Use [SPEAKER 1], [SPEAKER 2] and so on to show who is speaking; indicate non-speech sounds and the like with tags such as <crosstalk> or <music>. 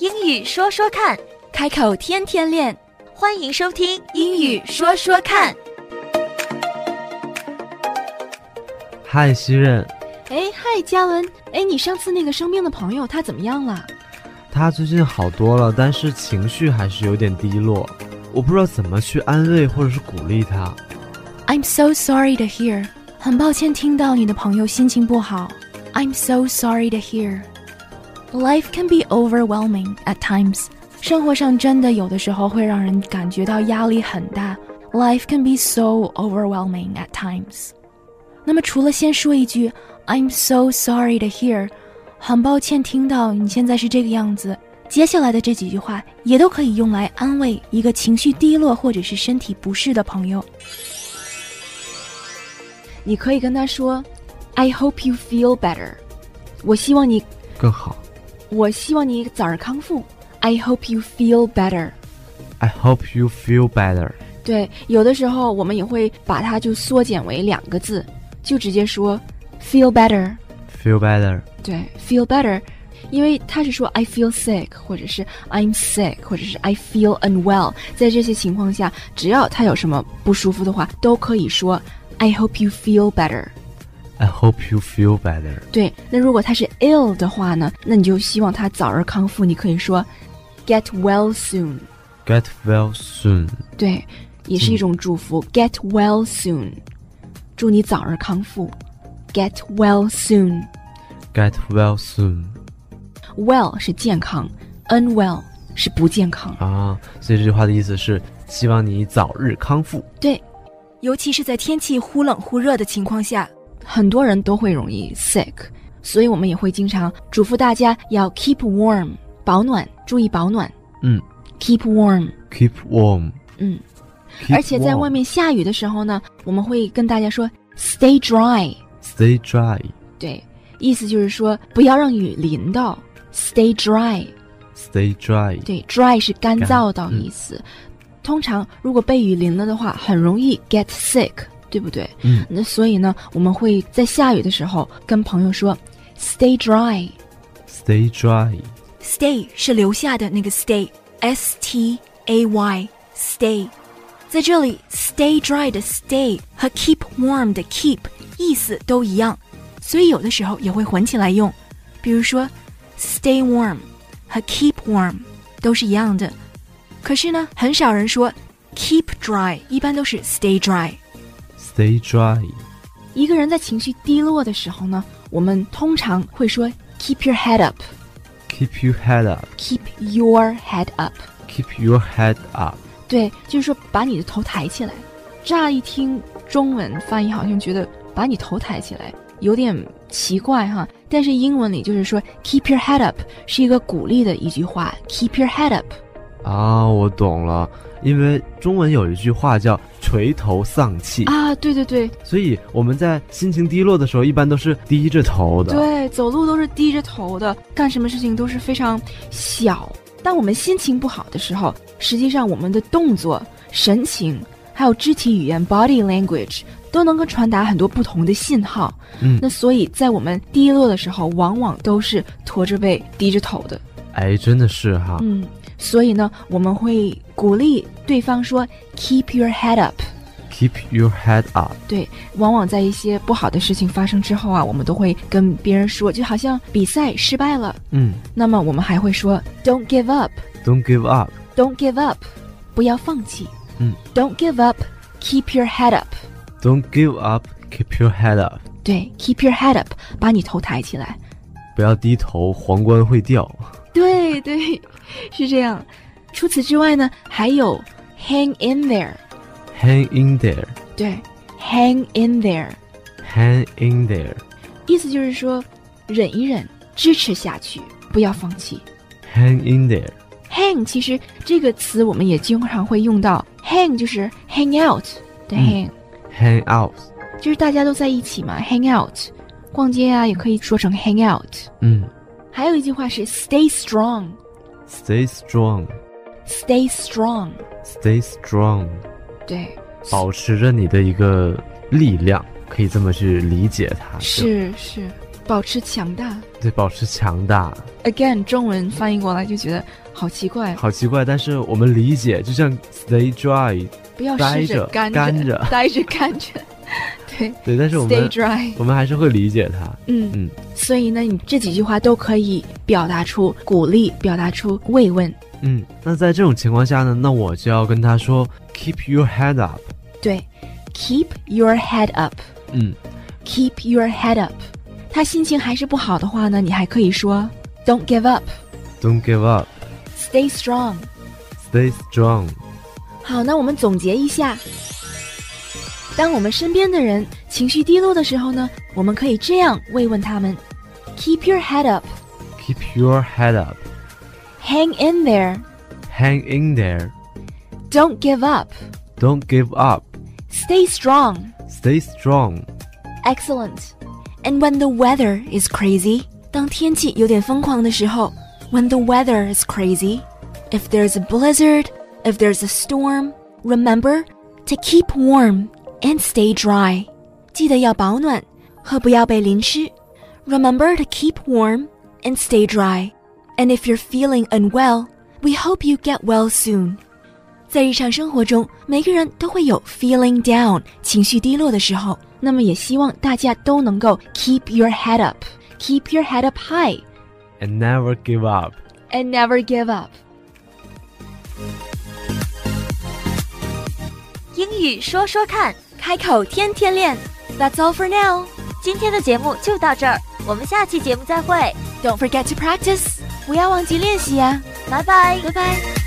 [SPEAKER 1] 英语说说看，
[SPEAKER 2] 开口天天练。
[SPEAKER 1] 欢迎收听《英语说说看》。
[SPEAKER 3] 嗨，西任，
[SPEAKER 2] 哎，嗨，嘉文，哎，你上次那个生病的朋友他怎么样了？
[SPEAKER 3] 他最近好多了，但是情绪还是有点低落，我不知道怎么去安慰或者是鼓励他。
[SPEAKER 4] I'm so sorry to hear，很抱歉听到你的朋友心情不好。I'm so sorry to hear。Life can be overwhelming at times，生活上真的有的时候会让人感觉到压力很大。Life can be so overwhelming at times。那么除了先说一句 I'm so sorry to hear，很抱歉听到你现在是这个样子。接下来的这几句话也都可以用来安慰一个情绪低落或者是身体不适的朋友。
[SPEAKER 2] 你可以跟他说，I hope you feel better。我希望你，
[SPEAKER 3] 更好
[SPEAKER 2] 我希望你早日康复。I hope you feel better。
[SPEAKER 3] ，I hope you feel better。
[SPEAKER 2] 对，有的时候我们也会把它就缩减为两个字，就直接说 feel better。
[SPEAKER 3] Feel better，
[SPEAKER 2] 对，feel better，因为他是说 I feel sick，或者是 I'm sick，或者是 I feel unwell，在这些情况下，只要他有什么不舒服的话，都可以说 I hope you feel better。
[SPEAKER 3] I hope you feel better。
[SPEAKER 2] 对，那如果他是 ill 的话呢，那你就希望他早日康复，你可以说 get well soon。
[SPEAKER 3] Get well soon。
[SPEAKER 2] 对，也是一种祝福、g
[SPEAKER 4] 嗯
[SPEAKER 2] e t well soon，祝你早日康复。Get well soon。
[SPEAKER 3] Get well soon。
[SPEAKER 2] Well 是健康，unwell 是不健康。
[SPEAKER 3] 啊，所以这句话的意思是希望你早日康复。
[SPEAKER 2] 对，
[SPEAKER 4] 尤其是在天气忽冷忽热的情况下，
[SPEAKER 2] 很多人都会容易 sick，所以我们也会经常嘱咐大家要 keep warm，保暖，注意保暖。
[SPEAKER 3] 嗯
[SPEAKER 2] ，keep warm。
[SPEAKER 3] Keep warm。
[SPEAKER 2] 嗯，而且在外面下雨的时候呢，我们会跟大家说 stay dry。
[SPEAKER 3] stay dry。
[SPEAKER 2] 对，意思就是说不要让雨淋到，stay dry。
[SPEAKER 3] Stay dry。
[SPEAKER 2] 对，dry 是干燥的
[SPEAKER 3] 嗯
[SPEAKER 2] 意思。通常如果被雨淋了的话，很容易 get sick，对不对？
[SPEAKER 3] 嗯
[SPEAKER 2] 那所以呢，我们会在下雨的时候跟朋友说 stay dry。
[SPEAKER 3] Stay dry。
[SPEAKER 4] Stay 是留下的那个 stay，S T A Y stay，在这里 stay dry 的 stay 和 keep warm 的 keep 意思都一样，所以有的时候也会混起来用，比如说 stay warm 和 keep warm 都是一样的，可是呢，很少人说 keep dry，一般都是 stay dry。
[SPEAKER 3] Stay dry。
[SPEAKER 2] 一个人在情绪低落的时候呢，我们通常会说 keep your head up，keep
[SPEAKER 3] Keep your head up。
[SPEAKER 2] your head up。
[SPEAKER 3] Keep your head up。
[SPEAKER 2] 对，就是说把你的头抬起来。乍一听中文翻译，好像觉得把你头抬起来有点奇怪哈，但是英文里就是说 “keep your head up” 是一个鼓励的一句话，“keep your head up”。
[SPEAKER 3] 啊，我懂了，因为中文有一句话叫“垂头丧气”，
[SPEAKER 2] 啊，对对对
[SPEAKER 3] 所以我们在心情低落的时候，一般都是低着头的。
[SPEAKER 2] 对，走路都是低着头的，干什么事情都是非常小。当我们心情不好的时候，实际上我们的动作、神情，还有肢体语言 （body language） 都能够传达很多不同的信号。
[SPEAKER 3] 嗯
[SPEAKER 2] 那，所以在我们低落的时候，往往都是驼着背、低着头的。
[SPEAKER 3] 哎，真的是哈。
[SPEAKER 2] 嗯，所以呢，我们会鼓励对方说 “keep your head up”。
[SPEAKER 3] Keep your head up。
[SPEAKER 2] 对，往往在一些不好的事情发生之后啊，我们都会跟别人说，就好像比赛失败了，
[SPEAKER 3] 嗯
[SPEAKER 2] 那么我们还会说 “don't give up”，“don't
[SPEAKER 3] ，Don't give up。
[SPEAKER 2] give up”，不要放弃。
[SPEAKER 3] 嗯
[SPEAKER 2] ，“don't give up”，“keep your head up”。
[SPEAKER 3] Don't give up. Keep your head up。
[SPEAKER 2] 对，“keep your head up”，把你头抬起来。
[SPEAKER 3] 不要低头，皇冠会掉。
[SPEAKER 2] <laughs> 对对，是这样。除此之外呢，还有 hang in there，
[SPEAKER 3] Hang in there.
[SPEAKER 2] 对，hang in there，
[SPEAKER 3] Hang in there.
[SPEAKER 2] 意思就是说忍一忍，支持下去，不要放弃。
[SPEAKER 3] Hang in there.
[SPEAKER 2] hang 其实这个词我们也经常会用到，hang 就是 hang out 的
[SPEAKER 3] 嗯
[SPEAKER 2] hang，、
[SPEAKER 3] Hang out.
[SPEAKER 2] 就是大家都在一起嘛，hang out，逛街啊也可以说成 hang out。
[SPEAKER 3] 嗯
[SPEAKER 2] 还有一句话是 stay strong，stay
[SPEAKER 3] ，Stay strong.
[SPEAKER 2] strong，
[SPEAKER 3] Stay strong.
[SPEAKER 2] 对，
[SPEAKER 3] 保持着你的一个力量，可以这么去理解它。
[SPEAKER 2] 是是。保持强大。
[SPEAKER 3] 对，保持强大。
[SPEAKER 2] Again，中文翻译过来就觉得好奇怪，
[SPEAKER 3] 好奇怪，但是我们理解，就像 stay dry，
[SPEAKER 2] 不要湿干着，
[SPEAKER 3] 呆着干
[SPEAKER 2] <laughs>
[SPEAKER 3] 着
[SPEAKER 2] 呆着干着，对
[SPEAKER 3] 对，但是我
[SPEAKER 2] ，stay
[SPEAKER 3] 们
[SPEAKER 2] dry。
[SPEAKER 3] 我们还是会理解它。
[SPEAKER 2] 嗯
[SPEAKER 3] 嗯，
[SPEAKER 2] 所以呢，你这几句话都可以表达出鼓励，表达出慰问。
[SPEAKER 3] 嗯，那在这种情况下呢，那我就要跟他说 keep your head up。
[SPEAKER 2] 对，keep your head up，keep
[SPEAKER 3] 嗯
[SPEAKER 2] your head up。他心情还是不好的话呢，你还可以说 don't give up，stay
[SPEAKER 3] ，don't give
[SPEAKER 2] strong。
[SPEAKER 3] up，stay strong。
[SPEAKER 2] 好，那我们总结一下，当我们身边的人情绪低落的时候呢，我们可以这样慰问他们：keep your head up。
[SPEAKER 3] Keep your head up,
[SPEAKER 2] Hang in there,
[SPEAKER 3] hang in there,
[SPEAKER 2] don't give up,
[SPEAKER 3] don't give up,
[SPEAKER 2] stay strong,
[SPEAKER 3] stay strong.
[SPEAKER 2] excellent.
[SPEAKER 4] And when the weather is crazy，当天气有点疯狂的时候，when the weather is crazy, if there's a blizzard, if there's a storm, remember to keep warm and stay dry. 记得要保暖和不要被淋湿。Remember to keep warm and stay dry. And if you're feeling unwell, we hope you get well soon. 在日常生活中，每个人都会有 feeling down 情绪低落的时候。
[SPEAKER 2] 那么也希望大家都能够 keep your head up, keep your head up high,
[SPEAKER 3] And never give up.
[SPEAKER 2] and never give up.
[SPEAKER 1] 英语说说看。
[SPEAKER 4] 开口天天练。That's all for now.
[SPEAKER 1] 今天的节目就到这儿，我们下期节目再会，
[SPEAKER 2] 啊
[SPEAKER 4] Don't forget to practice. 不要忘记练习呀、
[SPEAKER 1] 拜拜。
[SPEAKER 4] 拜拜。